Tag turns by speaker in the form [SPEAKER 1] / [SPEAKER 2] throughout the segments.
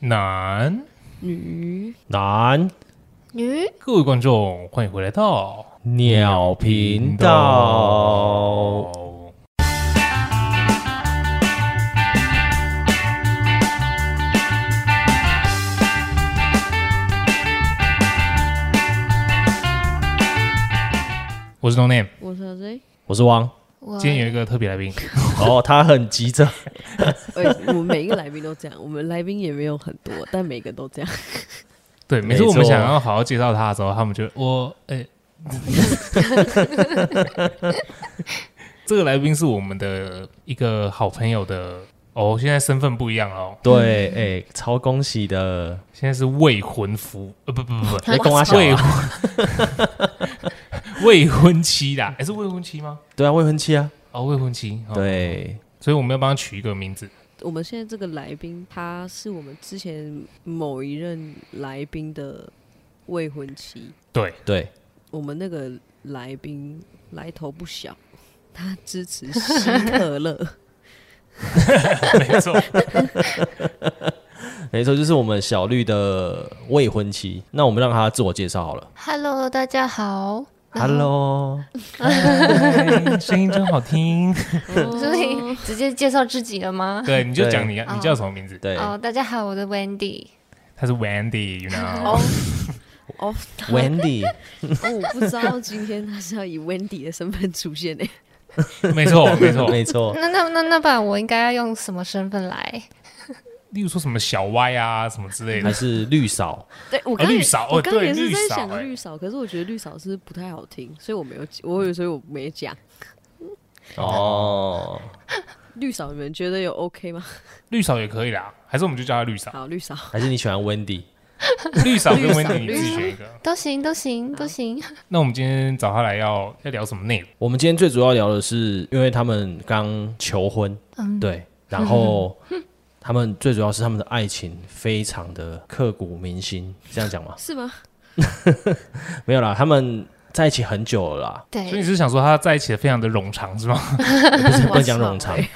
[SPEAKER 1] 男，
[SPEAKER 2] 女
[SPEAKER 3] 男
[SPEAKER 2] 女
[SPEAKER 1] 各位观众，欢迎回来到
[SPEAKER 3] 鸟频道，
[SPEAKER 1] 哦，我是 No Name，
[SPEAKER 2] 我哎是谁？
[SPEAKER 3] 我是 汪。
[SPEAKER 2] 我
[SPEAKER 1] 今天有一个特别来宾，
[SPEAKER 3] 哦，他很急着，
[SPEAKER 2] 哎我们每一个来宾都这样，我们来宾也没有很多，但每个都这样。
[SPEAKER 1] 对，每次
[SPEAKER 3] 没
[SPEAKER 1] 我
[SPEAKER 3] 错
[SPEAKER 1] 们想要好好介绍他的时候，他 们就我哎， 这个来宾是我们的一个好朋友的哦，现在身份不一样哦，
[SPEAKER 3] 对，哎、超恭喜的，
[SPEAKER 1] 现在是未婚夫，呃，不不不
[SPEAKER 3] 在跟我
[SPEAKER 1] 不，
[SPEAKER 3] 小
[SPEAKER 1] 未
[SPEAKER 3] 啊，
[SPEAKER 1] 婚 未婚妻啦，哎、是未婚妻吗？
[SPEAKER 3] 对啊，未婚妻啊，
[SPEAKER 1] 哦，未婚妻，哦，
[SPEAKER 3] 对，
[SPEAKER 1] 所以我们要帮他取一个名字，
[SPEAKER 2] 我们现在这个来宾，他是我们之前某一任来宾的未婚妻。
[SPEAKER 1] 对，
[SPEAKER 3] 对，
[SPEAKER 2] 我们那个来宾来头不小，他支持希特 勒，
[SPEAKER 1] 没错，
[SPEAKER 3] 没错，就是我们小绿的未婚妻。那我们让他自我介绍好了。
[SPEAKER 4] Hello，大家好。
[SPEAKER 2] 哦
[SPEAKER 3] Hello，
[SPEAKER 1] 嗨哎声音真好听，
[SPEAKER 4] 所
[SPEAKER 2] 哦
[SPEAKER 4] 以直接介绍自己了吗？
[SPEAKER 1] 对，你就
[SPEAKER 3] 对
[SPEAKER 1] 讲你啊你叫什么名字？
[SPEAKER 3] 对、
[SPEAKER 4] 哦，大家好，我的 Wendy。
[SPEAKER 1] 他是 Wendy，you know。
[SPEAKER 2] 哦哦
[SPEAKER 3] w e n d y
[SPEAKER 2] 哦，我不知道今天他是要以 Wendy 的身份出现呢、
[SPEAKER 1] 没 错， 没错。
[SPEAKER 3] 没错，
[SPEAKER 4] 那那那那不然我应该要用什么身份来？
[SPEAKER 1] 例如说什么小歪啊，什么之类
[SPEAKER 3] 还
[SPEAKER 1] 的。
[SPEAKER 3] 是绿嫂，
[SPEAKER 2] 对我刚
[SPEAKER 1] 哦
[SPEAKER 2] 也
[SPEAKER 1] 绿嫂
[SPEAKER 2] 我刚
[SPEAKER 1] 哦对
[SPEAKER 2] 也是
[SPEAKER 1] 绿
[SPEAKER 2] 在
[SPEAKER 1] 嫂哎
[SPEAKER 2] 想绿嫂，可是我觉得绿嫂是不太好听，所以我没有，我有所以我没讲。
[SPEAKER 3] 哦，
[SPEAKER 2] 绿嫂，你们觉得有 OK 吗？
[SPEAKER 1] 绿嫂也可以啦，还是我们就叫她绿嫂。
[SPEAKER 2] 好，绿嫂，
[SPEAKER 3] 还是你喜欢 Wendy？
[SPEAKER 1] 绿嫂跟
[SPEAKER 2] 绿嫂
[SPEAKER 1] Wendy 你自己
[SPEAKER 2] 绿嫂
[SPEAKER 1] 选一个。
[SPEAKER 4] 都行，都行，都行。
[SPEAKER 1] 那我们今天找她来要要聊什么内容？
[SPEAKER 3] 我们今天最主要聊的是，因为他们刚求婚，
[SPEAKER 4] 嗯
[SPEAKER 3] 对，然后他们最主要是他们的爱情非常的刻骨铭心，这样 讲吗？
[SPEAKER 2] 是吗？
[SPEAKER 3] 没有啦，他们在一起很久了啦，
[SPEAKER 4] 对
[SPEAKER 1] 所以你，是想说她在一起的非常的冗长是吗？
[SPEAKER 3] 不是不能讲
[SPEAKER 2] 哇
[SPEAKER 3] 冗长
[SPEAKER 2] 塞，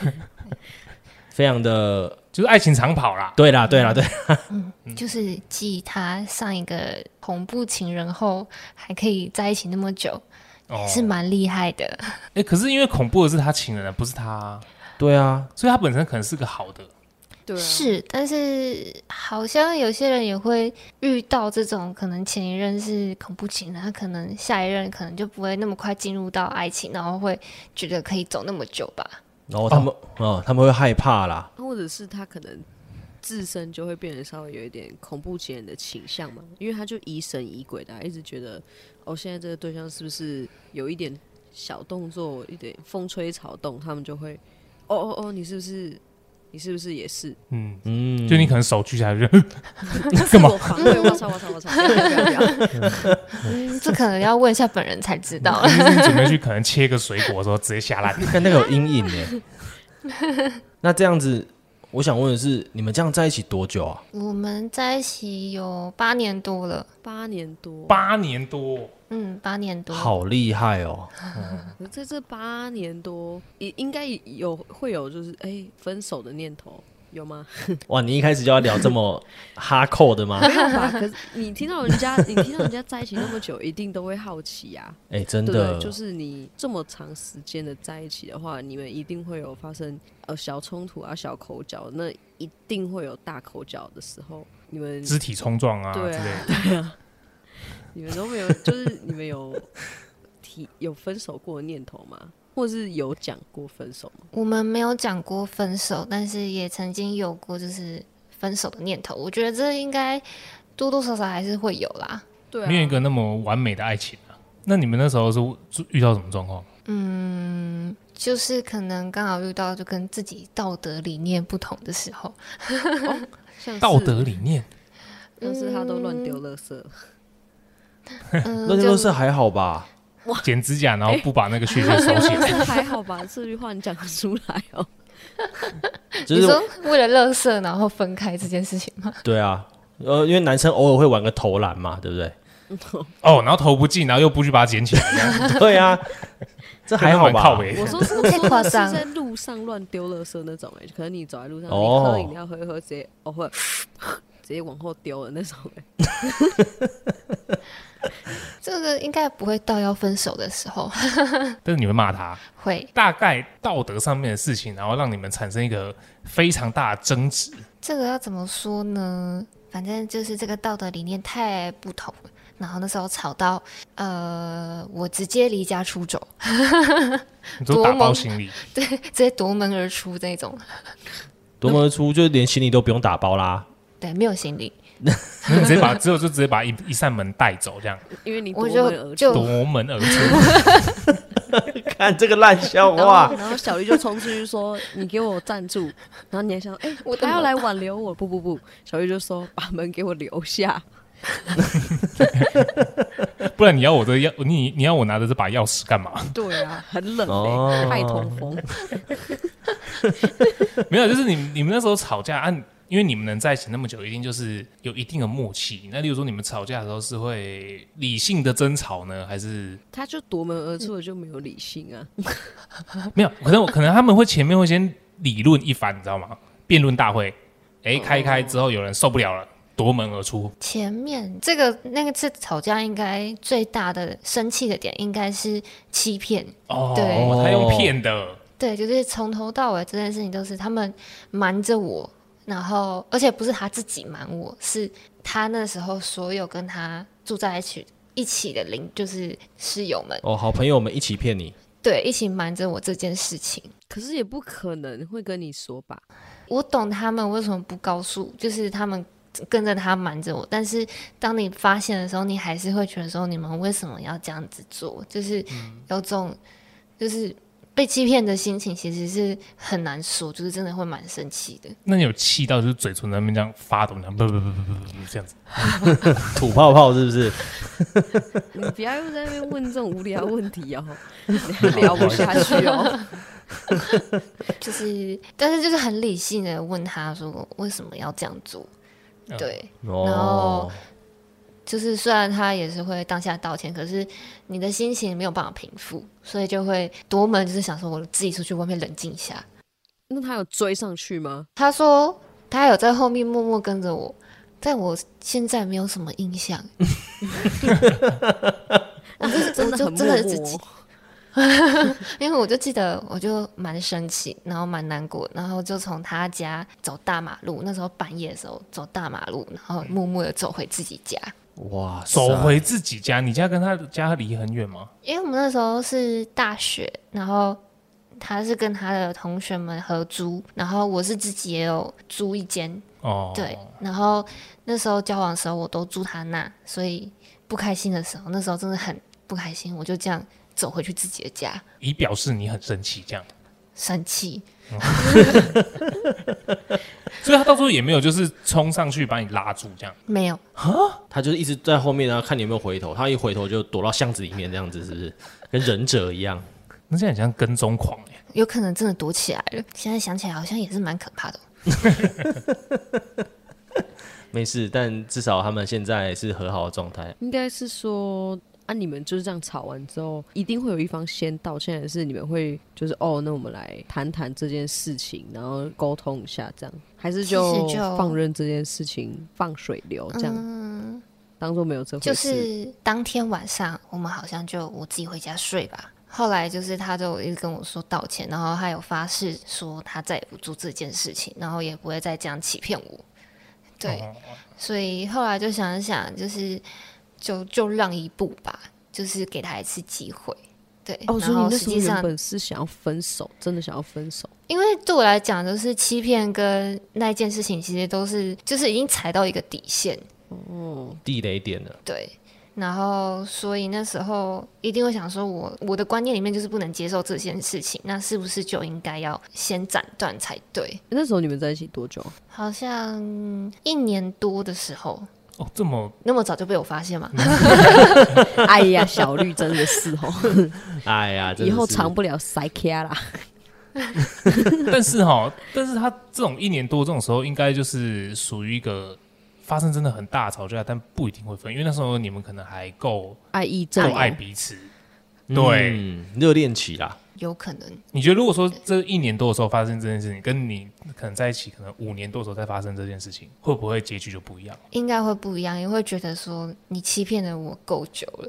[SPEAKER 3] 非常的
[SPEAKER 1] 就是爱情长跑啦。
[SPEAKER 3] 对啦，对啦，对，
[SPEAKER 1] 嗯
[SPEAKER 4] 就是继他上一个恐怖情人后，还可以在一起那么久，
[SPEAKER 1] 哦，
[SPEAKER 4] 是蛮厉害的。
[SPEAKER 1] 哎，可是因为恐怖的是她情人啊，不是她，
[SPEAKER 3] 对啊，
[SPEAKER 1] 所以她本身可能是个好的。
[SPEAKER 2] 对啊，
[SPEAKER 4] 是，但是好像有些人也会遇到这种，可能前一任是恐怖情人，他可能下一任可能就不会那么快进入到爱情，然后会觉得可以走那么久吧。
[SPEAKER 3] 然后他们哦、他们会害怕啦，
[SPEAKER 2] 或者是他可能自身就会变得稍微有一点恐怖情人的倾向嘛，因为他就疑神疑鬼的啊、一直觉得哦，现在这个对象是不是有一点小动作，一点风吹草动，他们就会哦哦哦，你是不是你是不是也是？
[SPEAKER 1] 嗯，
[SPEAKER 3] 嗯，
[SPEAKER 1] 就你可能手举起来就
[SPEAKER 2] 干嘛？我操我操我操！不要不要不要
[SPEAKER 4] 嗯，这可能要问一下本人才知 道。
[SPEAKER 1] 就是你准备去可能切个水果的时候直接 下烂。
[SPEAKER 3] 看那个有阴影耶。那这样子，我想问的是，你们这样在一起多久啊？
[SPEAKER 4] 我们在一起有八年多了，
[SPEAKER 2] 八年多，
[SPEAKER 1] 八年多，
[SPEAKER 4] 嗯，八年多。
[SPEAKER 3] 好厉害哦！
[SPEAKER 2] 在这八年多，也应该有会有就是哎、分手的念头有吗？
[SPEAKER 3] 哇，你一开始就要聊这 么哈扣的吗？
[SPEAKER 2] 没有吧？可是 你听到人家，你听到人家在一起那么久，一定都会好奇呀、
[SPEAKER 3] 哎、真
[SPEAKER 2] 对不
[SPEAKER 3] 的，
[SPEAKER 2] 对？就是你这么长时间的在一起的话，你们一定会有发生呃小冲突啊、小口角，那一定会有大口角的时候。你们
[SPEAKER 1] 肢体冲撞啊之类
[SPEAKER 2] 对啊
[SPEAKER 1] 的。
[SPEAKER 2] 你们都没有，就是你 们有提有分手过的念头吗？或是有讲过分手吗？
[SPEAKER 4] 我们没有讲过分手，但是也曾经有过就是分手的念头。我觉得这应该多多少少还是会有啦。
[SPEAKER 2] 对啊
[SPEAKER 1] 没有一个那么完美的爱情啊。那你们那时候是遇到什么状况？
[SPEAKER 4] 嗯，就是可能刚好遇到就跟自己道德理念不同的时候，
[SPEAKER 2] 像是
[SPEAKER 1] 道德理念，
[SPEAKER 2] 但是他都乱丢垃圾，
[SPEAKER 4] 嗯，
[SPEAKER 3] 那
[SPEAKER 4] 就
[SPEAKER 3] 件事还好吧？
[SPEAKER 1] 剪指甲，然后不把那个血血收 起来。
[SPEAKER 2] 这还好吧？这句话你讲得出来 哦。
[SPEAKER 3] 就是
[SPEAKER 4] 你说为了垃圾然后分开这件事情吗？
[SPEAKER 3] 对啊，呃，因为男生偶尔会玩个投篮嘛，对不对？
[SPEAKER 1] 哦，然后投不进，然后又不去把它捡起来，
[SPEAKER 3] 对啊，这还好
[SPEAKER 1] 蛮靠
[SPEAKER 3] 吧？
[SPEAKER 1] 北的
[SPEAKER 2] 我说是我
[SPEAKER 4] 哎太
[SPEAKER 2] 说
[SPEAKER 4] 夸
[SPEAKER 2] 的是
[SPEAKER 4] 张
[SPEAKER 2] 在路哎上乱丢垃圾那种、欸，可能你走在路上，
[SPEAKER 3] 哦
[SPEAKER 2] 你喝饮料喝一喝，直接哦会直直接往后丢的那种、欸。
[SPEAKER 4] 这个应该不会到要分手的时候
[SPEAKER 1] 但是你会骂他，
[SPEAKER 4] 会。
[SPEAKER 1] 大概道德上面的事情，然后让你们产生一个非常大的争执。
[SPEAKER 4] 这个要怎么说呢？反正就是这个道德理念太不同了。然后那时候吵到，呃，我直接离家出走，
[SPEAKER 1] 你都打包行李，
[SPEAKER 4] 对，直接夺门而出那种。
[SPEAKER 3] 夺门而出，就连行李都不用打包啦。
[SPEAKER 4] 对，没有行李，
[SPEAKER 1] 你直接把只有就直接把一一扇门带走，这样
[SPEAKER 2] 因为你夺
[SPEAKER 4] 我
[SPEAKER 2] 门
[SPEAKER 4] 就
[SPEAKER 2] 而出，
[SPEAKER 4] 就
[SPEAKER 1] 夺门而出。
[SPEAKER 3] 看这个烂笑
[SPEAKER 2] 然
[SPEAKER 3] 话
[SPEAKER 4] 啊
[SPEAKER 2] 后，然后小绿就冲出去说：“你给我站 住！”然后你还想，哎、
[SPEAKER 4] 我的
[SPEAKER 2] 他要
[SPEAKER 4] 门
[SPEAKER 2] 来挽留我，不不不，小绿就说：“把门给我留下。
[SPEAKER 1] 不然你要我的钥，你你要我拿着这把钥匙干嘛？”
[SPEAKER 2] 对啊， 很冷
[SPEAKER 3] 哦
[SPEAKER 2] 欸，太通 风。
[SPEAKER 1] 没有，就是你你们那时候吵架啊，因为你们能在一起那么久，一定就是有一定的默契。那例如说你们吵架的时候是会理性的争吵呢，还是
[SPEAKER 2] 他就夺门而出了，就没有理性啊。
[SPEAKER 1] 没有？可能可能他们会前面会先理论一番，你知道吗？辩论大会，哎，开一开之后有人受不了了，夺门而出。
[SPEAKER 4] 前面这个那个次吵架，应该最大的生气的点应该是欺骗。
[SPEAKER 1] 哦，
[SPEAKER 4] 对
[SPEAKER 1] 他用骗的，
[SPEAKER 4] 对，就是从头到尾这件事情都是他们瞒着我，然后而且不是他自己瞒我，是他那时候所有跟他住在一起一起的邻，就是室友们，
[SPEAKER 3] 哦，好朋友们一起骗 你，
[SPEAKER 4] 对，一起瞒着我这件事情。
[SPEAKER 2] 可是也不可能会跟你说吧？
[SPEAKER 4] 我懂他们为什么不告诉，就是他们跟着他瞒着我。但是当你发现的时候，你还是会觉得说，你们为什么要这样子做？就是有种就是被欺骗的心情，其实是很难说，就是真的会蛮生气的。
[SPEAKER 1] 那你有气到就是嘴唇在那边这样发抖，这样不不不不不不这样子。
[SPEAKER 3] 吐泡泡是不是？
[SPEAKER 2] 你不要又在那边问这种无聊问题 哦，你还聊不下
[SPEAKER 4] 啊
[SPEAKER 2] 去哦。
[SPEAKER 4] 就是，但是就是很理性的问他说为什么要这样做
[SPEAKER 1] 嗯。
[SPEAKER 4] 对，
[SPEAKER 3] 哦，
[SPEAKER 4] 就是虽然他也是会当下道歉，可是你的心情没有办法平复，所以就会夺门，就是想说我自己出去外面冷静一下。
[SPEAKER 2] 那他有追上去吗？
[SPEAKER 4] 他说他有在后面默默跟着我，但我现在没有什么印象。我就
[SPEAKER 2] 真
[SPEAKER 4] 我
[SPEAKER 2] 的
[SPEAKER 4] 就
[SPEAKER 2] 很
[SPEAKER 4] 真的
[SPEAKER 2] 默
[SPEAKER 4] 只
[SPEAKER 2] 默
[SPEAKER 4] 记
[SPEAKER 2] 哦，
[SPEAKER 4] 因为我就记得，我就蛮生气，然后蛮难过，然后就从他家走大马路，那时候半夜的时候走大马路，然后默默的走回自己家。
[SPEAKER 3] 哇塞，
[SPEAKER 1] 走回自己家，你家跟他家离很远吗？
[SPEAKER 4] 因为我们那时候是大学，然后他是跟他的同学们合租，然后我是自己也有租一间，
[SPEAKER 1] 哦，
[SPEAKER 4] 对，然后那时候交往的时候我都住他那，所以不开心的时候，那时候真的很不开心，我就这样走回去自己的家，
[SPEAKER 1] 以表示你很生气这样。
[SPEAKER 4] 生气。
[SPEAKER 1] 所以他到最后也没有就是冲上去把你拉住这样。
[SPEAKER 4] 没有，
[SPEAKER 3] 他就是一直在后面，然后看你有没有回头。他一回头就躲到巷子里面，这样子是不是？跟忍者一样，
[SPEAKER 1] 那这样很像跟踪狂哎、
[SPEAKER 4] 有可能真的躲起来了。现在想起来好像也是蛮可怕的。
[SPEAKER 3] 没事。但至少他们现在是和好的状态。
[SPEAKER 2] 应该是说。啊！你们就是这样吵完之后，一定会有一方先道歉，还是你们会就是哦，那我们来谈谈这件事情，然后沟通一下，这样还是就
[SPEAKER 4] 其实就
[SPEAKER 2] 放任这件事情放水流，这样、
[SPEAKER 4] 嗯，
[SPEAKER 2] 当做没有这回事。
[SPEAKER 4] 就是当天晚上我们好像就我自己回家睡吧。后来就是他就一直跟我说道歉，然后还有发誓说他再也不做这件事情，然后也不会再这样欺骗我。对，
[SPEAKER 1] 哦
[SPEAKER 4] 所以后来就想一想，就是就就让一步吧，就是给他一次机会。对，
[SPEAKER 2] 哦，所
[SPEAKER 4] 然
[SPEAKER 2] 以你
[SPEAKER 4] 后
[SPEAKER 2] 那
[SPEAKER 4] 实
[SPEAKER 2] 时候
[SPEAKER 4] 际
[SPEAKER 2] 原
[SPEAKER 4] 上，
[SPEAKER 2] 本是想要分手，真的想要分手，
[SPEAKER 4] 因为对我来讲，就是欺骗跟那一件事情，其实都是就是已经踩到一个底线。
[SPEAKER 3] 地雷点了，
[SPEAKER 4] 对，然后所以那时候一定会想说我，我的观念里面就是不能接受这件事情，那是不是就应该要先斩断才对？
[SPEAKER 2] 那时候你们在一起多久？啊
[SPEAKER 4] 好像一年多的时候，
[SPEAKER 1] 哦，这么
[SPEAKER 4] 那么早就被我发现嘛？
[SPEAKER 1] 嗯
[SPEAKER 2] 哎呀，小绿真的是哦，
[SPEAKER 3] 哎呀，真的
[SPEAKER 2] 以后
[SPEAKER 3] 是
[SPEAKER 2] 藏不了 psyche 啦。
[SPEAKER 1] 但是哈，但是他这种一年多这种时候，应该就是属于一个发生真的很大的吵架，但不一定会分，因为那时候你们可能还够
[SPEAKER 2] 爱意正
[SPEAKER 1] 够
[SPEAKER 2] 哦
[SPEAKER 1] 爱彼此，对
[SPEAKER 3] 嗯，热恋期啦，
[SPEAKER 4] 有可能
[SPEAKER 1] 你觉得如果说这一年多的时候发生这件事情，跟你可能在一起可能五年多的时候再发生这件事情，会不会结局就不一样？
[SPEAKER 4] 应该会不一样，也会觉得说你欺骗了我够久了。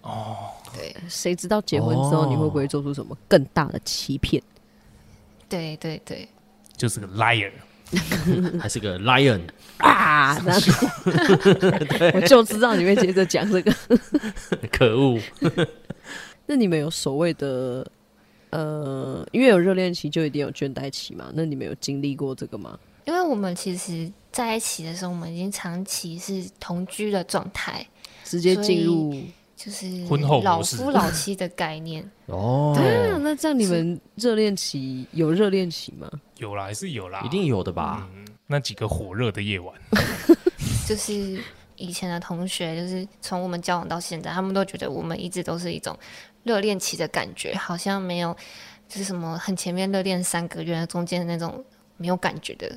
[SPEAKER 4] 哦，对
[SPEAKER 2] 谁知道结婚之后你会不会做出什么更大的欺骗？
[SPEAKER 4] 对对对，
[SPEAKER 1] 就是个 liar。
[SPEAKER 3] 还是个 lion，
[SPEAKER 2] 啊，这 样子，我就知道你会接着讲这个。
[SPEAKER 3] 可恶。
[SPEAKER 2] 那你们有所谓的呃，因为有热恋期就一定有倦怠期嘛？那你们有经历过这个吗？
[SPEAKER 4] 因为我们其实在一起的时候，我们已经长期是同居的状态，
[SPEAKER 2] 直接进入
[SPEAKER 4] 就是
[SPEAKER 1] 婚后
[SPEAKER 4] 老
[SPEAKER 1] 模式
[SPEAKER 4] 夫老妻的概念。
[SPEAKER 3] 哦，
[SPEAKER 2] 啊？那这样你们热恋期有热恋期吗？
[SPEAKER 1] 有啦，还是有啦，
[SPEAKER 3] 一定有的吧？
[SPEAKER 1] 那几个火热的夜晚，
[SPEAKER 4] 就是以前的同学，就是从我们交往到现在，他们都觉得我们一直都是一种热恋期的感觉，好像没有就是什么很前面热恋三个月，中间那种没有感觉的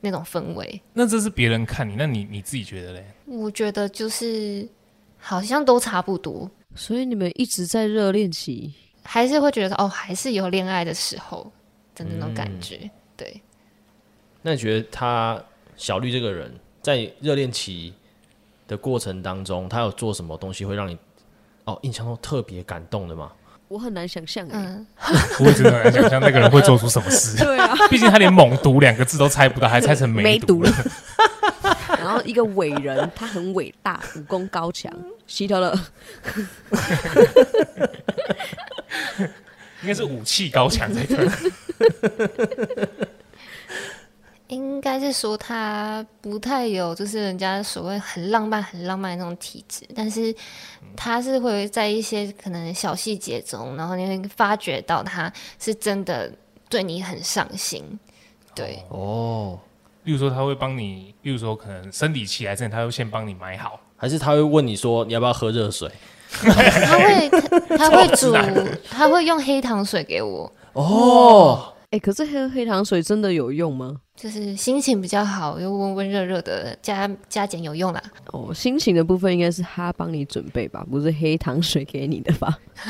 [SPEAKER 4] 那种氛围。
[SPEAKER 1] 那这是别人看你，那你你自己觉得嘞？
[SPEAKER 4] 我觉得就是好像都差不多，
[SPEAKER 2] 所以你们一直在热恋期，
[SPEAKER 4] 还是会觉得说哦，还是有恋爱的时候的那种感觉。对，
[SPEAKER 3] 那你觉得他小绿这个人在热恋期的过程当中，他有做什么东西会让你哦印象中特别感动的吗？
[SPEAKER 2] 我很难想象、欸。
[SPEAKER 4] 嗯，
[SPEAKER 1] 我也真的很难想象那个人会做出什么 事。
[SPEAKER 2] 对啊，
[SPEAKER 1] 毕竟他连“猛毒”两个字都猜不到，还猜成梅毒了。
[SPEAKER 2] 然后一个伟人，他很伟大，武功高强，洗头了，
[SPEAKER 1] 应该是武器高强才对。
[SPEAKER 4] 应该是说他不太有，就是人家所谓很浪漫、很浪漫的那种体质，但是他是会在一些可能小细节中，然后你会发觉到他是真的对你很上心。对，
[SPEAKER 3] 哦，
[SPEAKER 1] 例如说，他会帮你，例如说，可能生理期来之前，他会先帮你买好。
[SPEAKER 3] 还是他会问你说你要不要喝热水？
[SPEAKER 4] 他会他他会煮，他会用黑糖水给我，
[SPEAKER 3] 哦，
[SPEAKER 2] 哎、可是喝黑糖水真的有用吗？
[SPEAKER 4] 就是心情比较好，又温温热热的，加加减有用啦。
[SPEAKER 2] 哦，心情的部分应该是他帮你准备吧，不是黑糖水给你的吧？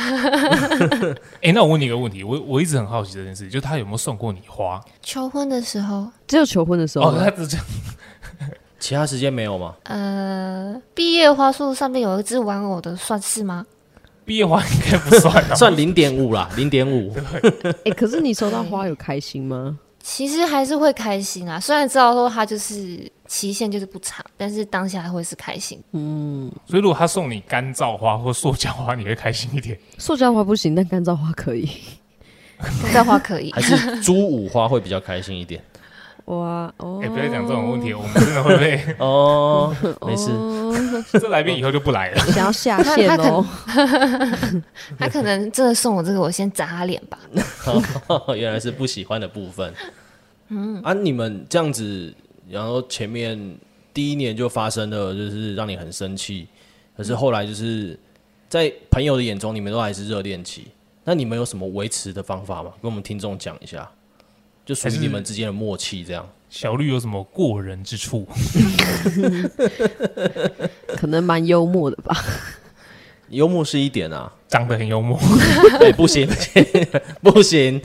[SPEAKER 1] 哎、那我问你一个问题，我我一直很好奇这件事，就是他有没有送过你花？
[SPEAKER 4] 求婚的时候，
[SPEAKER 2] 只有求婚的时
[SPEAKER 3] 啊
[SPEAKER 2] 候
[SPEAKER 1] 哦，
[SPEAKER 2] 吗，
[SPEAKER 1] 他只这
[SPEAKER 3] 其他时间没有吗？
[SPEAKER 4] 呃，毕业花束上面有一只玩偶的，算是吗？
[SPEAKER 1] 毕业花应该不算哦。
[SPEAKER 3] 算零点五啦，零点 五。
[SPEAKER 2] 哎、可是你收到花有开心吗？
[SPEAKER 4] 其实还是会开心啊，虽然知道说它就是期限就是不长，但是当下会是开心。
[SPEAKER 1] 所以如果他送你干燥花或塑胶花，你会开心一点。
[SPEAKER 2] 塑胶花不行，但干燥花可以。
[SPEAKER 4] 不在话可以
[SPEAKER 3] 还，是猪五花会比较开心一点
[SPEAKER 2] 哇哦
[SPEAKER 1] 哎、，不要讲这种问题，我们真的会被
[SPEAKER 3] 哦，没事，
[SPEAKER 1] 这来宾以后就不来了。
[SPEAKER 2] 想要下线
[SPEAKER 4] 他他可
[SPEAKER 2] 哦。
[SPEAKER 4] 他可能真的送我这个，我先砸他脸吧。
[SPEAKER 3] 原来是不喜欢的部分。嗯啊，你们这样子，然后前面第一年就发生了，就是让你很生气，可是后来就是在朋友的眼中，你们都还是热恋期。那你们有什么维持的方法吗？跟我们听众讲一下，就属于
[SPEAKER 1] 还是
[SPEAKER 3] 你们之间的默契这样。
[SPEAKER 1] 小绿有什么过人之处？
[SPEAKER 2] 可能蛮幽默的 吧。
[SPEAKER 3] 幽默是一点啊，
[SPEAKER 1] 长得很幽默，
[SPEAKER 3] 哎、不行 不行，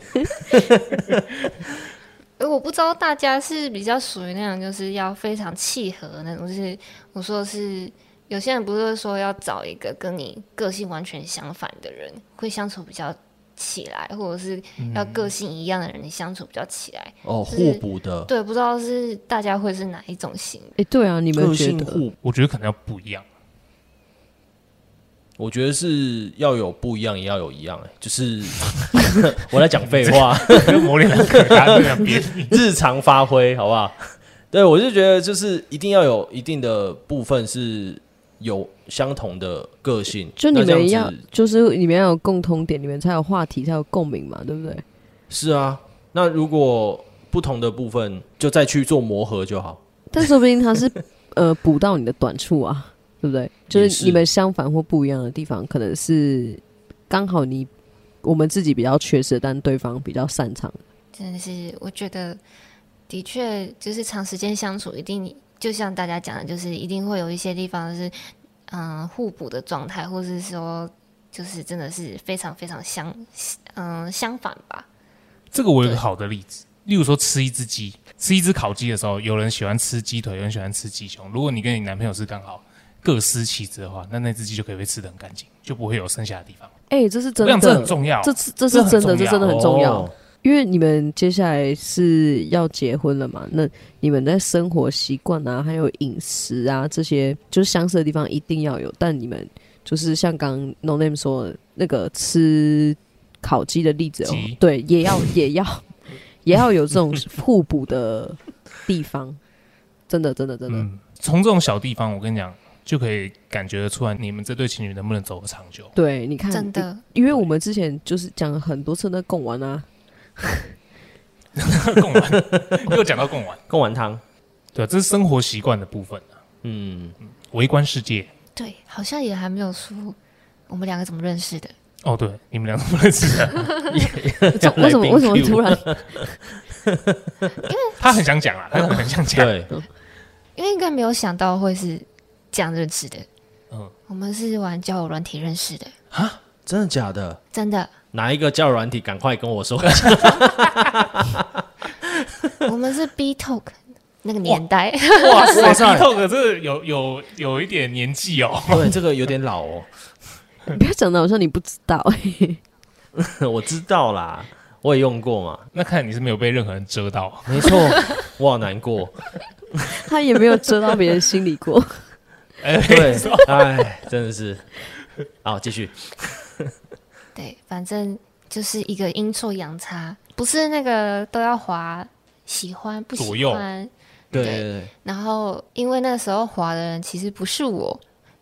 [SPEAKER 4] 而呃我不知道大家是比较属于那种就是要非常契合的那种，就是我说的是有些人不是说要找一个跟你个性完全相反的人，会相处比较起来，或者是要
[SPEAKER 3] 嗯
[SPEAKER 4] 个性一样的人，你相处比较起来。
[SPEAKER 3] 哦，
[SPEAKER 4] 是
[SPEAKER 3] 互补的
[SPEAKER 4] 对，不知道是大家会是哪一种型
[SPEAKER 2] 哎、对啊，你们
[SPEAKER 3] 个
[SPEAKER 2] 觉
[SPEAKER 3] 性
[SPEAKER 2] 得？
[SPEAKER 3] 互
[SPEAKER 1] 我觉得可能要不一样。
[SPEAKER 3] 我觉得是要有不一样，也要有一样、欸。就是 我在讲废话，
[SPEAKER 1] 跟模棱两可，大家都想别你。
[SPEAKER 3] 日常发挥，好不好？ 对，我是觉得就是一定要有一定的部分是有相同的个性，
[SPEAKER 2] 就你
[SPEAKER 3] 那这
[SPEAKER 2] 们
[SPEAKER 3] 样
[SPEAKER 2] 要
[SPEAKER 3] 子，
[SPEAKER 2] 就是你们要有共通点，你们才有话题，才有共鸣嘛，对不对？
[SPEAKER 3] 是啊。那如果不同的部分，就再去做磨合就好。
[SPEAKER 2] 但说不定他是 呃补到你的短处啊，对不对？就
[SPEAKER 3] 也
[SPEAKER 2] 是
[SPEAKER 3] 是
[SPEAKER 2] 你们相反或不一样的地方，可能是刚好你我们自己比较缺失，但对方比较擅长。
[SPEAKER 4] 真的是，我觉得的确就是长时间相处，一定就像大呃家讲的，就是一定会有一些地方是嗯互补的状态，或是说就是真的是非常非常相，嗯、相反吧。
[SPEAKER 1] 这个我有个好的例子，例如说吃一只鸡，吃一只烤鸡的时候，有人喜欢吃鸡腿，有人喜欢吃鸡胸。如果你跟你男朋友是刚好各司其职的话，那那只鸡就可以被吃的很干净，就不会有剩下的地方。
[SPEAKER 2] 哎、这是
[SPEAKER 1] 我
[SPEAKER 2] 真
[SPEAKER 1] 想
[SPEAKER 2] 的，
[SPEAKER 1] 这很重要，
[SPEAKER 2] 这是这
[SPEAKER 1] 这
[SPEAKER 2] 是
[SPEAKER 1] 很
[SPEAKER 2] 真的，
[SPEAKER 1] 重
[SPEAKER 2] 这真的
[SPEAKER 1] 要
[SPEAKER 2] 很重要。
[SPEAKER 3] 哦
[SPEAKER 2] 因为你们接下来是要结婚了嘛？那你们在生活习惯啊，还有饮食啊这些，就是相似的地方一定要有。但你们就是像刚刚 No Name 说的那个吃烤鸡的例子哦
[SPEAKER 1] 鸡，
[SPEAKER 2] 对，也要也要也要有这种互补的地方。真的，真的，真的，
[SPEAKER 1] 嗯，从这种小地方，我跟你讲，就可以感觉得出来你们这对情侣能不能走得长久。
[SPEAKER 2] 对，你看，
[SPEAKER 4] 真的，
[SPEAKER 2] 因为我们之前就是讲了很多次 那贡丸啊，
[SPEAKER 1] 贡丸 又讲到贡丸，
[SPEAKER 3] 贡 丸汤，
[SPEAKER 1] 对，啊这是生活习惯的部分啊，
[SPEAKER 3] 嗯，
[SPEAKER 1] 围观世界。
[SPEAKER 4] 对，好像也还没有说我们两个怎么认识的。
[SPEAKER 1] 哦，对，你们俩都不认 识的，
[SPEAKER 2] 这为什么为什么突然
[SPEAKER 1] 他很想讲 啊，他很想讲。
[SPEAKER 3] 对，
[SPEAKER 4] 因为应该没有想到会是这样认识的。
[SPEAKER 1] 嗯
[SPEAKER 4] 我们是玩交友软体认识的，
[SPEAKER 3] 真的假的？
[SPEAKER 4] 真的。
[SPEAKER 3] 哪一个交友软体？赶快跟我说。
[SPEAKER 4] 我们是 B Talk 那个年代，
[SPEAKER 1] 哇塞
[SPEAKER 3] 哇塞
[SPEAKER 1] ，B Talk 这有有有一点年纪哦。
[SPEAKER 3] 对，这个有点老哦。
[SPEAKER 2] 你不要讲的好像你不知道、
[SPEAKER 3] 我知道啦，我也用过嘛。
[SPEAKER 1] 那看来你是没有被任何人遮到，
[SPEAKER 3] 没错， 我好难过。
[SPEAKER 2] 他也没有遮到别人心里过。
[SPEAKER 1] 哎，
[SPEAKER 3] 对，哎，真的是。好，继续。
[SPEAKER 4] 对，反正就是一个阴错阳差，不是那个都要滑喜欢不
[SPEAKER 1] 左
[SPEAKER 4] 喜
[SPEAKER 1] 右
[SPEAKER 4] 欢，
[SPEAKER 3] 对
[SPEAKER 4] 对
[SPEAKER 3] 对对，
[SPEAKER 4] 然后因为那时候滑的人其实不是我，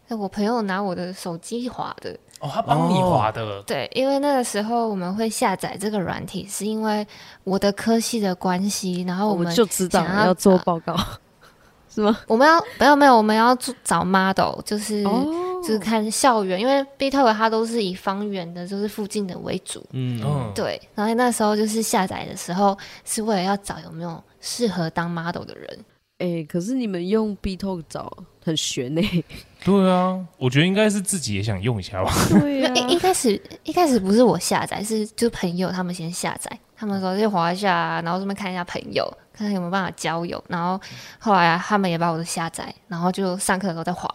[SPEAKER 4] 是我朋友拿我的手机滑的。
[SPEAKER 1] 哦，他帮你划的，
[SPEAKER 4] 对，因为那个时候我们会下载这个软体，是因为我的科系的关系，然后
[SPEAKER 2] 我
[SPEAKER 4] 我
[SPEAKER 2] 们
[SPEAKER 4] 们
[SPEAKER 2] 就知道
[SPEAKER 4] 想要
[SPEAKER 2] 要做
[SPEAKER 4] 找
[SPEAKER 2] 报告， 是吗？
[SPEAKER 4] 我们要没有没有，我们要做找 model，就是、
[SPEAKER 2] 哦
[SPEAKER 4] 就是看校园，因为 B t o 它都是以方圆的，就是附近的为主。
[SPEAKER 3] 嗯，
[SPEAKER 1] 嗯，
[SPEAKER 4] 对，然后那时候就是下载的时候，是为了要找有没有适合当 model 的人。
[SPEAKER 2] 哎、可是你们用 B Talk 找很悬呢、
[SPEAKER 1] 对啊，我觉得应该是自己也想用一下吧。
[SPEAKER 2] 对啊
[SPEAKER 4] 那一一开始一开始不是我下载，是就是朋友他们先下载，他们说就滑一下啊，然后顺便看一下朋友，看看有没有办法交友。然后后来、啊、他们也把我的下载，然后就上课的时候再滑。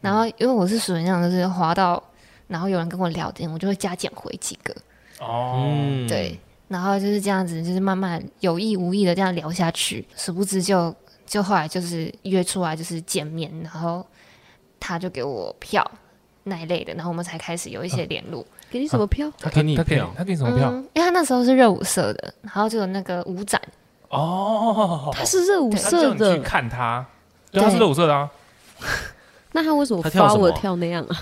[SPEAKER 4] 然后因为我是属于那种就是滑到，然后有人跟我聊天，我就会加减回几个。
[SPEAKER 1] 哦，
[SPEAKER 3] 嗯
[SPEAKER 4] 对，然后就是这样子，就是慢慢有意无意的这样聊下去，殊不知就就后来就是约出来就是见面，然后他就给我票那一类的，然后我们才开始有一些联络。
[SPEAKER 2] 给你什
[SPEAKER 1] 啊
[SPEAKER 2] 么票？
[SPEAKER 3] 他给你
[SPEAKER 1] 他给
[SPEAKER 3] 票，
[SPEAKER 1] 他给你什么票？
[SPEAKER 4] 因为他那时候是热舞社的，然后就有那个舞展，
[SPEAKER 1] 哦，
[SPEAKER 2] 他是热舞
[SPEAKER 1] 他叫
[SPEAKER 2] 社
[SPEAKER 1] 你去
[SPEAKER 2] 的，
[SPEAKER 1] 看他，对，
[SPEAKER 4] 对
[SPEAKER 1] 他是热舞社的 啊。
[SPEAKER 2] 那他为什么
[SPEAKER 3] 他跳
[SPEAKER 2] 发
[SPEAKER 3] 什么
[SPEAKER 2] 我跳那样啊？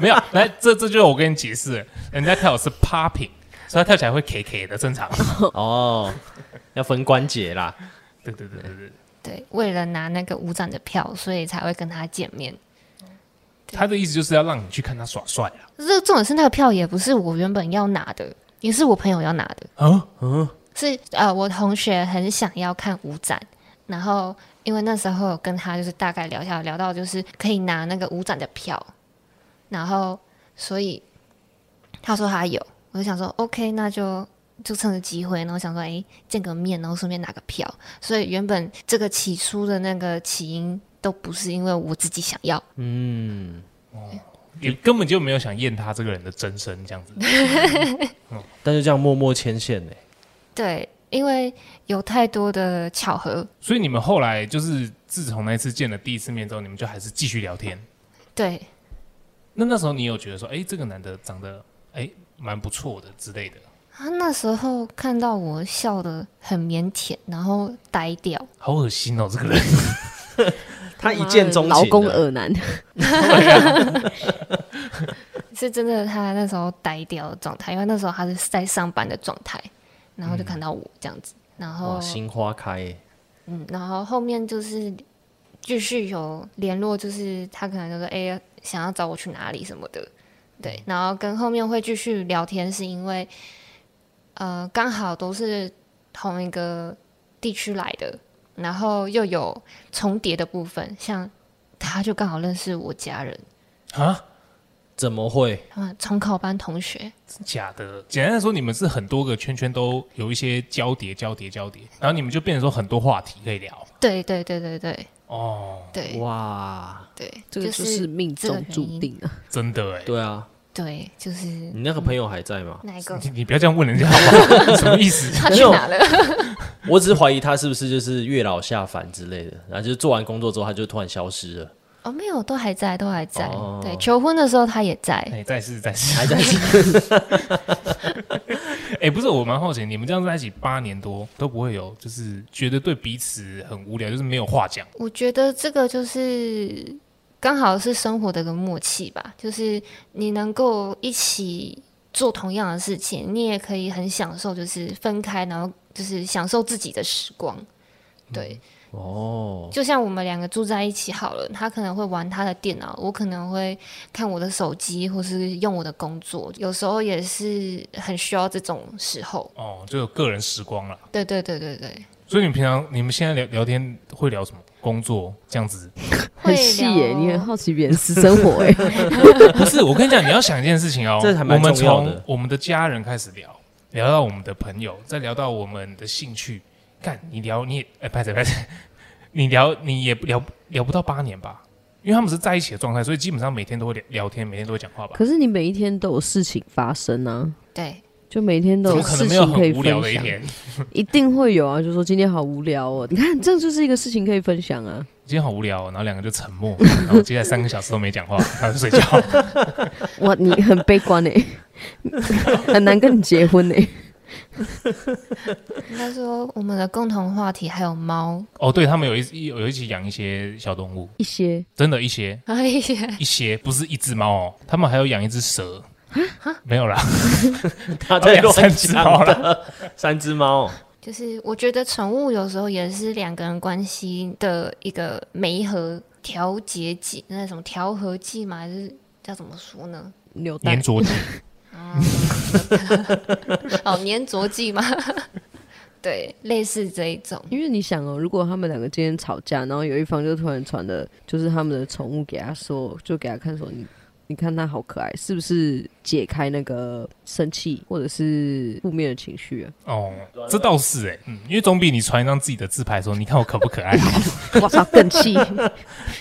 [SPEAKER 1] 没有，来，这这就是我跟你解释，人家跳的是 popping，所以他跳起来会 K K 的，正 常。
[SPEAKER 3] 哦， 要分关节啦。
[SPEAKER 1] 对对对对对，
[SPEAKER 4] 对，为了拿那个舞展的票，所以才会跟他见面。
[SPEAKER 1] 他的意思就是要让你去看他耍帅啊。
[SPEAKER 4] 这重点是那个票也不是我原本要拿的，也是我朋友要拿的。
[SPEAKER 1] 啊，
[SPEAKER 4] 是呃，我同学很想要看舞展，然后因为那时候有跟他就是大概聊一下，聊到就是可以拿那个舞展的票，然后所以他说他有，我就想说 OK，那就就趁着机会，然后想说诶见个面，然后顺便拿个票，所以原本这个起初的那个起因都不是因为我自己想要，
[SPEAKER 3] 嗯，
[SPEAKER 1] 你根本就没有想验他这个人的真身这样子。
[SPEAKER 3] 但是这样默默牵线呢。
[SPEAKER 4] 对，因为有太多的巧合，
[SPEAKER 1] 所以你们后来就是自从那次见了第一次面之后，你们就还是继续聊天。
[SPEAKER 4] 对，
[SPEAKER 1] 那那时候你有觉得说，哎、这个男的长得哎蛮、不错的之类的，
[SPEAKER 4] 他啊那时候看到我笑得很腼腆，然后呆掉，
[SPEAKER 1] 好恶心哦，这个人。
[SPEAKER 3] 他一见钟情啊，
[SPEAKER 2] 劳宫耳男，
[SPEAKER 4] 是真的他那时候呆掉的状态，因为那时候他是在上班的状态，然后就看到我这样子，然后
[SPEAKER 3] 哇，心花开耶。
[SPEAKER 4] 嗯，然后后面就是继续有联络，就是他可能就说哎、想要找我去哪里什么的，
[SPEAKER 2] 嗯
[SPEAKER 4] 对，然后跟后面会继续聊天，是因为呃刚好都是同一个地区来的，然后又有重叠的部分，像他就刚好认识我家人，
[SPEAKER 1] 啊，
[SPEAKER 3] 怎么会？
[SPEAKER 4] 嗯，重考班同学，
[SPEAKER 1] 真假的？简单来说，你们是很多个圈圈都有一些交叠、交叠、交叠，然后你们就变成说很多话题可以聊。
[SPEAKER 4] 对对对对对
[SPEAKER 1] 哦，
[SPEAKER 4] 对
[SPEAKER 3] 哇，
[SPEAKER 4] 对，
[SPEAKER 2] 这个就是
[SPEAKER 4] 是
[SPEAKER 2] 命中注定啊！
[SPEAKER 1] 真的哎、
[SPEAKER 3] 对啊，
[SPEAKER 4] 对，就是
[SPEAKER 3] 你那个朋友还在 吗？
[SPEAKER 4] 那一个
[SPEAKER 1] 你你不要这样问人家好不好？什么意思？
[SPEAKER 4] 他去哪了？
[SPEAKER 3] 我只是怀疑他是不是就是月老下凡之类的，然后就是做完工作之后他就突然消失了，
[SPEAKER 4] 哦，没有，都还在，都还在。
[SPEAKER 3] 哦
[SPEAKER 4] 对，求婚的时候他也在。
[SPEAKER 1] 哎、再试再试。
[SPEAKER 3] 还 在
[SPEAKER 1] 哎、不是，我蛮好奇，你们这样在一起八年多都不会有，就是觉得对彼此很无聊，就是没有话讲。
[SPEAKER 4] 我觉得这个就是刚好是生活的一个默契吧，就是你能够一起做同样的事情，你也可以很享受，就是分开，然后就是享受自己的时光。对，
[SPEAKER 3] 哦，
[SPEAKER 4] 就像我们两个住在一起好了，他可能会玩他的电脑，我可能会看我的手机，或是用我的工作，有时候也是很需要这种时候。
[SPEAKER 1] 哦，就有个人时光了。
[SPEAKER 4] 对对对对对，
[SPEAKER 1] 所以你们平常你们现在聊聊天会聊什么？工作这样子？
[SPEAKER 4] 会
[SPEAKER 2] 很细耶、
[SPEAKER 4] 聊
[SPEAKER 2] 你很好奇别人私生 活哎、
[SPEAKER 1] 不是，我跟你讲，你要想一件事情哦，
[SPEAKER 3] 这还蛮
[SPEAKER 1] 我们
[SPEAKER 3] 重要的
[SPEAKER 1] 从我们的家人开始聊，聊到我们的朋友，再聊到我们的兴趣。干，你聊你也哎，拍着拍着， 你聊你也不聊聊不到八年吧？因为他们是在一起的状态，所以基本上每天都会聊聊天，每天都会讲话吧。
[SPEAKER 2] 可是你每一天都有事情发生啊，
[SPEAKER 4] 对，
[SPEAKER 2] 就每天都
[SPEAKER 1] 怎么可
[SPEAKER 2] 事
[SPEAKER 1] 能没有
[SPEAKER 2] 情可以
[SPEAKER 1] 很无
[SPEAKER 2] 分
[SPEAKER 1] 聊的一
[SPEAKER 2] 享，
[SPEAKER 1] 天？
[SPEAKER 2] 一定会有啊！就说今天好无聊哦，你看这就是一个事情可以分享啊。
[SPEAKER 1] 今天好无聊、哦，然后两个就沉默，然后接下来三个小时都没讲话， 然后就睡觉。
[SPEAKER 2] 哇，你很悲观哎、 很难跟你结婚哎、
[SPEAKER 4] 应该说我们的共同话题还有猫，
[SPEAKER 1] 哦，对他们有一有一起养一些小动物，
[SPEAKER 2] 一些
[SPEAKER 1] 真的，一些
[SPEAKER 4] 哎呀，
[SPEAKER 1] 一些不是一只猫哦，他们还有养一只蛇。没有啦，
[SPEAKER 3] 他在
[SPEAKER 1] 两
[SPEAKER 3] 啊乱
[SPEAKER 1] 三只猫
[SPEAKER 3] 讲
[SPEAKER 1] 了
[SPEAKER 3] 的， 三只猫，
[SPEAKER 4] 就是我觉得宠物有时候也是两个人关系的一个媒合调节剂，那什么调和剂嘛，还是叫怎么说呢？
[SPEAKER 2] 扭蛋
[SPEAKER 1] 粘，着剂。
[SPEAKER 4] 哦，粘着剂嘛， 对，类似这一种。
[SPEAKER 2] 因为你想哦，如果他们两个今天吵架，然后有一方就突然传的，就是他们的宠物给他说，就给他看说你。你看它好可爱，是不是解开那个生气或者是负面的情绪啊？
[SPEAKER 1] 哦，这倒是哎、嗯，因为总比你传一张自己的自拍说你看我可不可爱 好。
[SPEAKER 2] 我操，更气！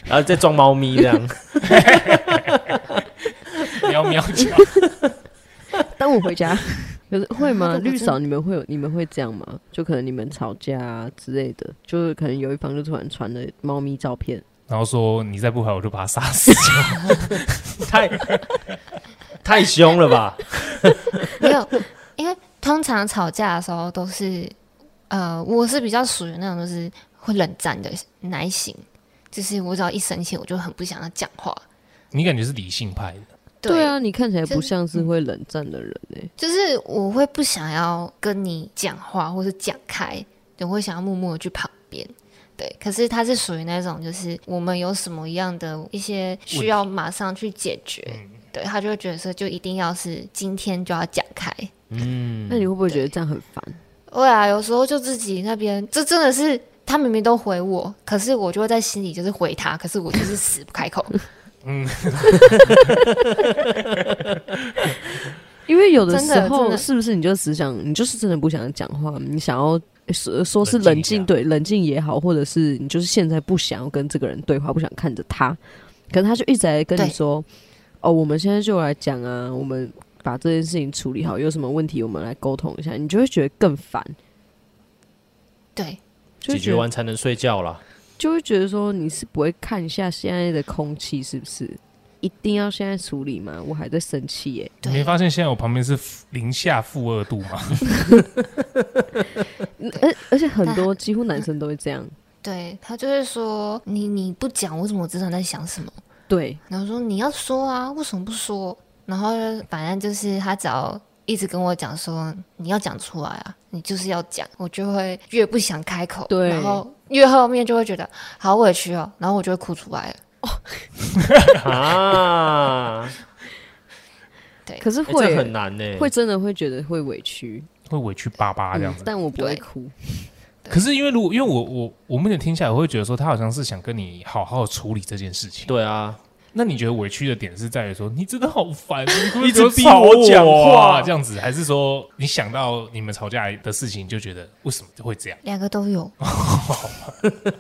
[SPEAKER 3] 然后再装猫咪这 样，
[SPEAKER 1] 喵喵叫，
[SPEAKER 2] 当我回家，可是会
[SPEAKER 4] 啊
[SPEAKER 2] 吗？
[SPEAKER 4] 那个我
[SPEAKER 2] 绿
[SPEAKER 4] 真
[SPEAKER 2] 嫂，你们会有你们会这样吗？就可能你们吵架、啊、之类的，就是可能有一方就突然传了猫咪照片，
[SPEAKER 1] 然后说你再不回来我就把它杀死。
[SPEAKER 3] 太太凶了 吧？
[SPEAKER 4] 没有，因为通常吵架的时候都是，呃，我是比较属于那种就是会冷战的男型，就是我只要一生气，我就很不想要讲话。
[SPEAKER 1] 你感觉是理性派的，
[SPEAKER 2] 对啊，你看起来
[SPEAKER 4] 真嗯
[SPEAKER 2] 不像是会冷战的人哎、
[SPEAKER 1] 嗯
[SPEAKER 4] 就是我会不想要跟你讲话或是讲开，我会想要默默的去旁边。对，可是他是属于那种，就是我们有什么样的一些需要马上去解决，对他就会觉得说，就一定要是今天就要讲开。
[SPEAKER 3] 嗯，
[SPEAKER 2] 那你会不会觉得这样很烦？
[SPEAKER 4] 对啊，有时候就自己那边，这真的是他明明都回我，可是我就会在心里就是回他，可是我就是死不开口。
[SPEAKER 2] 因为有的
[SPEAKER 4] 真
[SPEAKER 2] 时
[SPEAKER 4] 的真
[SPEAKER 2] 候
[SPEAKER 4] 的
[SPEAKER 2] 是不是你就只想，你就是真的不想讲话，你想要说说是
[SPEAKER 1] 冷
[SPEAKER 2] 冷
[SPEAKER 1] 静一
[SPEAKER 2] 静，
[SPEAKER 1] 下
[SPEAKER 2] 对冷静也好，或者是你就是现在不想要跟这个人对话，不想看着他，可是他就一直在跟你
[SPEAKER 4] 对
[SPEAKER 2] 说，哦，我们现在就来讲啊，我们把这件事情处理好，有什么问题我们来沟通一下，你就会觉得更烦，
[SPEAKER 4] 对，
[SPEAKER 2] 就
[SPEAKER 3] 解
[SPEAKER 2] 会
[SPEAKER 3] 决
[SPEAKER 2] 觉得
[SPEAKER 3] 完才能睡觉啦。
[SPEAKER 2] 就会觉得说你是不会看一下现在的空气是不是一定要现在处理吗？我还在生气耶、
[SPEAKER 1] 你
[SPEAKER 4] 对
[SPEAKER 1] 没发现现在我旁边是零下负二度吗？
[SPEAKER 2] 而而且很嗯
[SPEAKER 4] 但
[SPEAKER 2] 多几乎男生都会这样，
[SPEAKER 4] 对他就会说你你不讲，我怎么知道你在想什么？
[SPEAKER 2] 对。
[SPEAKER 4] 然后说你要说啊，为什么不说？然后反正就是他只要一直跟我讲说你要讲出来啊，你就是要讲，我就会越不想开口，
[SPEAKER 2] 对
[SPEAKER 4] 然后越后面就会觉得好委屈哦，然后我就会哭出来了。
[SPEAKER 3] 啊，
[SPEAKER 2] 可是
[SPEAKER 3] 欸
[SPEAKER 2] 会、
[SPEAKER 3] 这很难呢。
[SPEAKER 2] 会真的会觉得会委屈，
[SPEAKER 1] 会委屈巴啊巴这样
[SPEAKER 2] 嗯
[SPEAKER 1] 子。
[SPEAKER 2] 但我不会
[SPEAKER 4] 对
[SPEAKER 2] 哭。
[SPEAKER 1] 可是因为如果因为我我我目前听下来，我会觉得说他好像是想跟你好好地处理这件事情。
[SPEAKER 3] 对啊，
[SPEAKER 1] 那你觉得委屈的点是在于说，你真的好烦，你可不可以
[SPEAKER 3] 一直
[SPEAKER 1] 不要
[SPEAKER 3] 逼
[SPEAKER 1] 吵
[SPEAKER 3] 我
[SPEAKER 1] 我
[SPEAKER 3] 讲
[SPEAKER 1] 啊
[SPEAKER 3] 话
[SPEAKER 1] 这样子，还是说你想到你们吵架的事情就觉得为什么会这样？
[SPEAKER 4] 两个都有。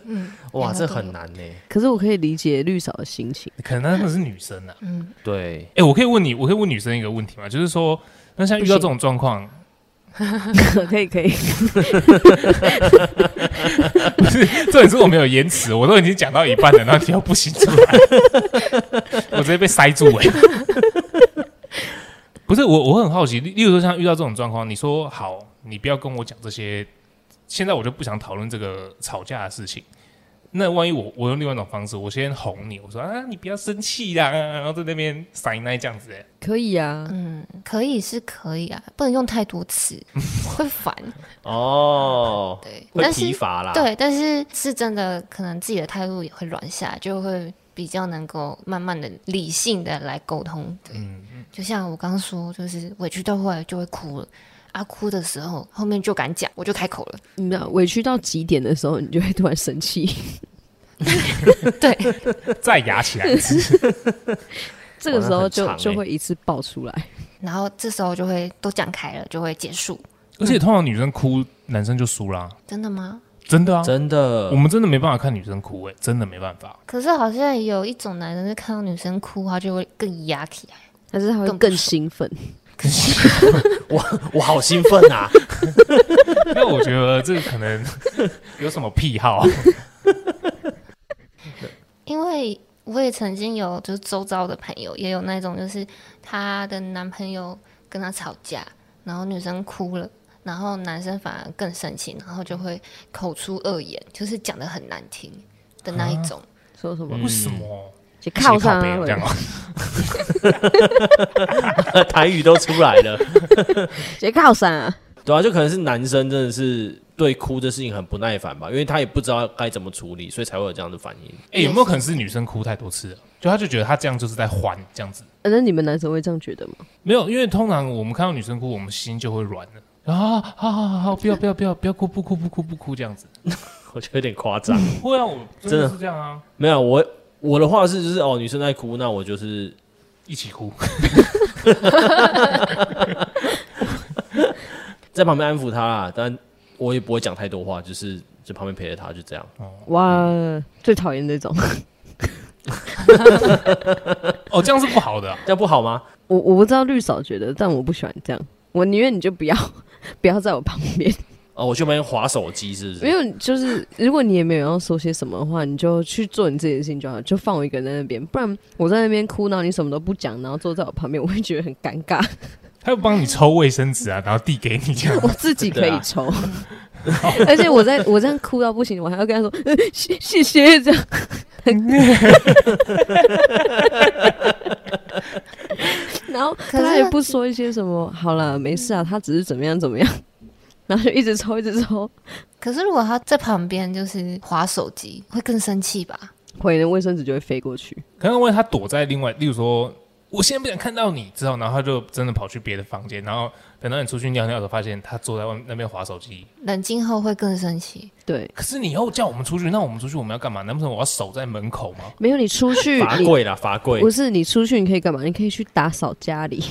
[SPEAKER 4] 嗯，
[SPEAKER 3] 哇，
[SPEAKER 4] 两个
[SPEAKER 3] 这
[SPEAKER 4] 都
[SPEAKER 3] 很
[SPEAKER 4] 有。
[SPEAKER 3] 难呢。
[SPEAKER 2] 可是我可以理解绿嫂的心情，
[SPEAKER 1] 可能他们是女生啊。
[SPEAKER 4] 嗯，
[SPEAKER 3] 对，
[SPEAKER 1] 哎、我可以问你，我可以问女生一个问题吗？就是说，那像遇到这种状况，
[SPEAKER 2] 可以可以，
[SPEAKER 1] 不是 重点是我没有延迟，我都已经讲到一半了，然后你又不行出 来，我直接被塞住哎、不是我，我很好奇，例例如说像遇到这种状况，你说好，你不要跟我讲这些，现在我就不想讨论这个吵架的事情。那万一我我用另外一种方式，我先哄你，我说啊，你不要生气啦，然后在那边塞奶这样子、欸，
[SPEAKER 2] 可以啊。
[SPEAKER 4] 嗯可以是可以啊，不能用太多次，会烦。
[SPEAKER 3] 哦，
[SPEAKER 4] 对，
[SPEAKER 3] 会
[SPEAKER 4] 但
[SPEAKER 3] 疲
[SPEAKER 4] 是
[SPEAKER 3] 乏啦。，
[SPEAKER 4] 对，但是是真的，可能自己的态度也会软下来，就会比较能够慢慢的理性的来沟通。对，就像我刚刚说，就是委屈到后来就会哭了。啊，哭的时候，后面就敢讲，我就开口了。
[SPEAKER 2] 你知道委屈到极点的时候，你就会突然生气，
[SPEAKER 4] 对，
[SPEAKER 1] 再压起来一 次。
[SPEAKER 2] 这个时候就
[SPEAKER 3] 那很长欸
[SPEAKER 2] 就会一次爆出来。
[SPEAKER 4] 然后这时候就会都讲开了，就会结束。
[SPEAKER 1] 而且通常女生哭，男生就输啦，
[SPEAKER 4] 真的吗？
[SPEAKER 1] 真的啊，
[SPEAKER 3] 真的
[SPEAKER 1] 我，们真的没办法看女生哭、欸，真的没办法。
[SPEAKER 4] 可是好像有一种男人是看到女生哭，他就会更压起来。
[SPEAKER 2] 但是他会
[SPEAKER 4] 更不
[SPEAKER 2] 更
[SPEAKER 4] 爽
[SPEAKER 2] 兴奋，
[SPEAKER 3] 我好兴奋啊！
[SPEAKER 1] 那我觉得这个可能 有什么癖好，
[SPEAKER 4] 因为我也曾经有，就是周遭的朋友也有那种，就是她的男朋友跟她吵架，然后女生哭了，然后男生反而更生气，然后就会口出恶言，就是讲的很难听的那一
[SPEAKER 2] 啊
[SPEAKER 4] 种。
[SPEAKER 2] 说什么
[SPEAKER 1] 为什么？
[SPEAKER 2] 就靠上
[SPEAKER 1] 背
[SPEAKER 2] 啊，
[SPEAKER 1] 这样 哦，
[SPEAKER 3] 呃台语都出来了，
[SPEAKER 2] 就靠上 啊。
[SPEAKER 3] 对啊，就可能是男生真的是对哭这事情很不耐烦吧，因为他也不知道该怎么处理，所以才会有这样的反应。
[SPEAKER 1] 哎、有没有可能是女生哭太多次了？就她就觉得她这样就是在还这样子，
[SPEAKER 2] 呃那你们男生会这样觉得吗？
[SPEAKER 1] 没有，因为通常我们看到女生哭，我们心就会软了。啊，好好好好，不要不要不要不要哭不哭不哭不哭这样子，
[SPEAKER 3] 我觉得有点夸张。
[SPEAKER 4] 嗯
[SPEAKER 1] 会啊，我真的是这样啊，
[SPEAKER 3] 没有，我我的话是就是哦，女生在哭，那我就是
[SPEAKER 1] 一起哭，
[SPEAKER 3] 在旁边安抚她啦，但我也不会讲太多话，就是在旁边陪着她，就这样。
[SPEAKER 2] 哇，最讨厌这种。
[SPEAKER 1] 哦，这样是不好的啊、
[SPEAKER 3] 这样不好吗？
[SPEAKER 2] 我我不知道绿嫂觉得，但我不喜欢这样。我宁愿你就不要 不要在我旁边，
[SPEAKER 3] 哦，我去旁边划手机是不
[SPEAKER 2] 没
[SPEAKER 3] 是？
[SPEAKER 2] 有就是如果你也没有要说些什么的话，你就去做你自己的事情就好，就放我一个人在那边，不然我在那边哭闹，你什么都不讲，然后坐在我旁边， 我会觉得很尴尬。
[SPEAKER 1] 她又帮你抽卫生纸啊，然后递给你这样
[SPEAKER 2] 我，自己可
[SPEAKER 3] 对
[SPEAKER 2] 以
[SPEAKER 3] 啊
[SPEAKER 2] 抽，而且我在我这样哭到不行，我还要跟他说、呃、谢谢谢这样。然后
[SPEAKER 4] 是
[SPEAKER 2] 他也不说一些什么，好了，没事啊，他只是怎么样怎么样，然后就一直抽一直抽，
[SPEAKER 4] 可是如果她在旁边就是划手机，会更生气吧？
[SPEAKER 2] 回的卫生纸就会飞过去。
[SPEAKER 1] 可能因为她躲在另外，例如说，我现在不想看到你，之后，然后她就真的跑去别的房间，然后等到你出去尿尿的时候，发现她坐在外面那边划手机，
[SPEAKER 4] 冷静后会更生气。
[SPEAKER 2] 对，
[SPEAKER 1] 可是你又叫我们出去，那我们出去我们要干嘛？难不成我要守在门口吗？
[SPEAKER 2] 没有你出去，
[SPEAKER 3] 罚
[SPEAKER 2] 你
[SPEAKER 3] 跪啦，罚跪
[SPEAKER 2] 不。是你出去，你可以干嘛？你可以去打扫家 里。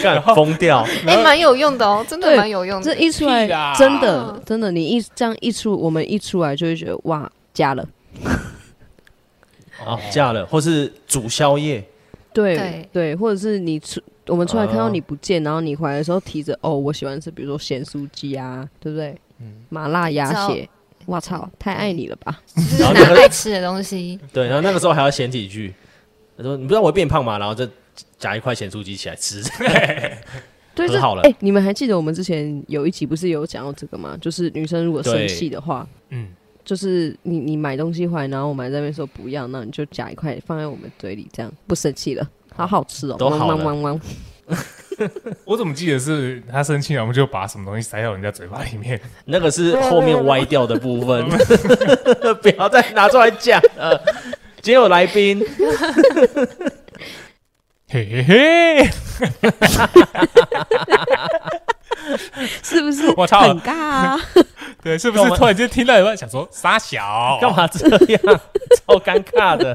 [SPEAKER 3] 干疯掉！
[SPEAKER 4] 哎、蛮有用的哦，真的
[SPEAKER 2] 对
[SPEAKER 4] 蛮有用
[SPEAKER 2] 这
[SPEAKER 4] 的。
[SPEAKER 2] 一出来
[SPEAKER 1] 屁啦，
[SPEAKER 2] 真的真的，你一这样一出，我们一出来就会觉得哇，加了。
[SPEAKER 3] 哦，嫁了，或是煮宵夜，
[SPEAKER 2] 对
[SPEAKER 4] 对
[SPEAKER 2] 或者是你出我们出来看到你不见，然后你回来的时候提着哦，我喜欢吃，比如说咸酥鸡啊，对不对？
[SPEAKER 3] 嗯
[SPEAKER 2] 麻辣鸭血，哇操，太爱你了吧！
[SPEAKER 4] 就是
[SPEAKER 3] 然后
[SPEAKER 4] 拿
[SPEAKER 3] 就
[SPEAKER 4] 爱吃的东西，
[SPEAKER 3] 对，然后那个时候还要嫌几句，他说你不知道我会变胖吗？然后再夹一块咸酥鸡起来吃，
[SPEAKER 2] 对，
[SPEAKER 3] 和
[SPEAKER 2] 这
[SPEAKER 3] 好了
[SPEAKER 2] 哎、你们还记得我们之前有一集不是有讲到这个吗？就是女生如果生
[SPEAKER 3] 对
[SPEAKER 2] 气的话，
[SPEAKER 1] 嗯，
[SPEAKER 2] 就是你你买东西回来，然后我们还在那边说不要，那你就夹一块放在我们嘴里，这样不生气了。好好吃哦，
[SPEAKER 3] 都好了
[SPEAKER 2] 汪汪汪 汪！
[SPEAKER 1] 我怎么记得是他生气了，我们就把什么东西塞到人家嘴巴里面？
[SPEAKER 3] 那个是后面歪掉的部分， 不要再拿出来讲了。今天有来宾，
[SPEAKER 1] 嘿嘿嘿，
[SPEAKER 2] 是不是
[SPEAKER 1] 我操
[SPEAKER 2] 很尬啊？
[SPEAKER 1] 对，是不是突然间听到一半想说傻小？
[SPEAKER 3] 干？嘛这样？超尴尬的。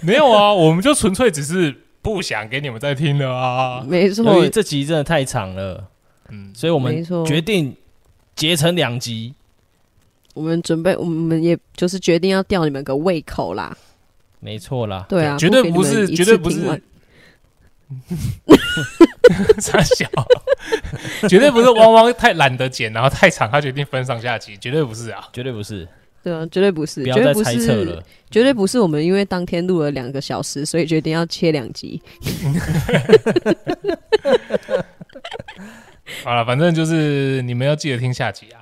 [SPEAKER 1] 没有啊，我们就纯粹只是不想给你们再听了 啊。
[SPEAKER 2] 没错，
[SPEAKER 3] 由于这集真的太长了，
[SPEAKER 1] 嗯，
[SPEAKER 3] 所以我们
[SPEAKER 2] 没错
[SPEAKER 3] 决定结成两集。
[SPEAKER 2] 我们准备，我们也就是决定要吊你们个胃口啦。
[SPEAKER 3] 没错啦，
[SPEAKER 2] 对啊，
[SPEAKER 1] 绝对
[SPEAKER 2] 不
[SPEAKER 1] 不
[SPEAKER 2] 给你们
[SPEAKER 1] 是，
[SPEAKER 2] 一
[SPEAKER 1] 绝
[SPEAKER 2] 次
[SPEAKER 1] 对不
[SPEAKER 2] 听完
[SPEAKER 1] 是。傻小， 绝对不是汪汪太懒得剪，然后太长，他决定分上下集，绝对不是啊。
[SPEAKER 3] 绝对不是，
[SPEAKER 2] 对啊，绝对不是，
[SPEAKER 3] 不
[SPEAKER 2] 绝
[SPEAKER 3] 要
[SPEAKER 2] 对
[SPEAKER 3] 再
[SPEAKER 2] 不
[SPEAKER 3] 猜测
[SPEAKER 2] 是
[SPEAKER 3] 了，。
[SPEAKER 2] 绝对不是我们因为当天录了两个小时，所以决定要切两集。
[SPEAKER 1] 好了，反正就是你们要记得听下集啊。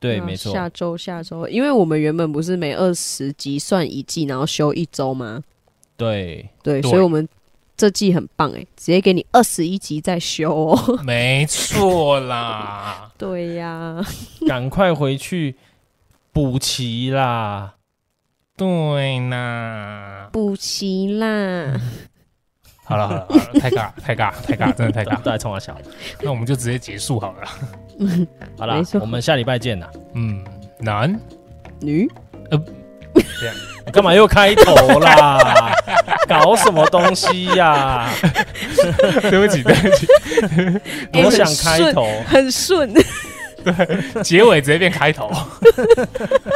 [SPEAKER 3] 对，
[SPEAKER 2] 啊
[SPEAKER 3] 没错，
[SPEAKER 2] 下周下周，因为我们原本不是每二十集算一季，然后休一周吗？
[SPEAKER 3] 对，
[SPEAKER 2] 对，
[SPEAKER 1] 对
[SPEAKER 2] 所以我们这季很棒哎、直接给你二十一集再休、哦。
[SPEAKER 1] 没错啦，
[SPEAKER 2] 对呀、
[SPEAKER 3] 赶快回去补 齐啦。
[SPEAKER 1] 对啦。
[SPEAKER 2] 补齐啦，
[SPEAKER 3] 嗯
[SPEAKER 1] 好了好了，好了太尬了太尬了太尬了，真的太尬了。
[SPEAKER 3] 都来冲啊我笑。
[SPEAKER 1] 那我们就直接结束好了啦。
[SPEAKER 3] 好啦
[SPEAKER 2] 没，错
[SPEAKER 3] 我们下礼拜见啦。
[SPEAKER 1] 嗯，难。
[SPEAKER 2] 女
[SPEAKER 3] 你干嘛又开头 啦？搞什么东西呀？
[SPEAKER 1] 对不起，对不起，
[SPEAKER 2] 哎
[SPEAKER 3] 我想开头，
[SPEAKER 2] 很顺，
[SPEAKER 1] 结尾直接变开头。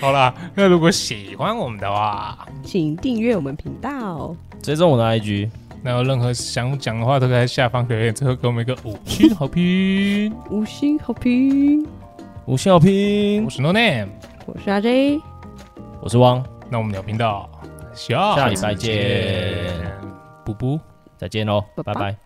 [SPEAKER 1] 好啦，那如果喜欢我们的话，
[SPEAKER 2] 请订阅我们频道。
[SPEAKER 3] 追踪我的 IG，
[SPEAKER 1] 那有任何想讲的话，都可以在下方留言，最后给我们一个五星好评。
[SPEAKER 2] 五星好评。
[SPEAKER 3] 吴笑平
[SPEAKER 1] 我，是 No Name，
[SPEAKER 2] 我是阿 J，
[SPEAKER 3] 我是汪，
[SPEAKER 1] 那我们聊频道，下
[SPEAKER 3] 下礼拜
[SPEAKER 1] 次见
[SPEAKER 3] 见，
[SPEAKER 1] 布布。
[SPEAKER 3] 再见喽，
[SPEAKER 2] 拜
[SPEAKER 3] 拜
[SPEAKER 2] 拜
[SPEAKER 3] 拜。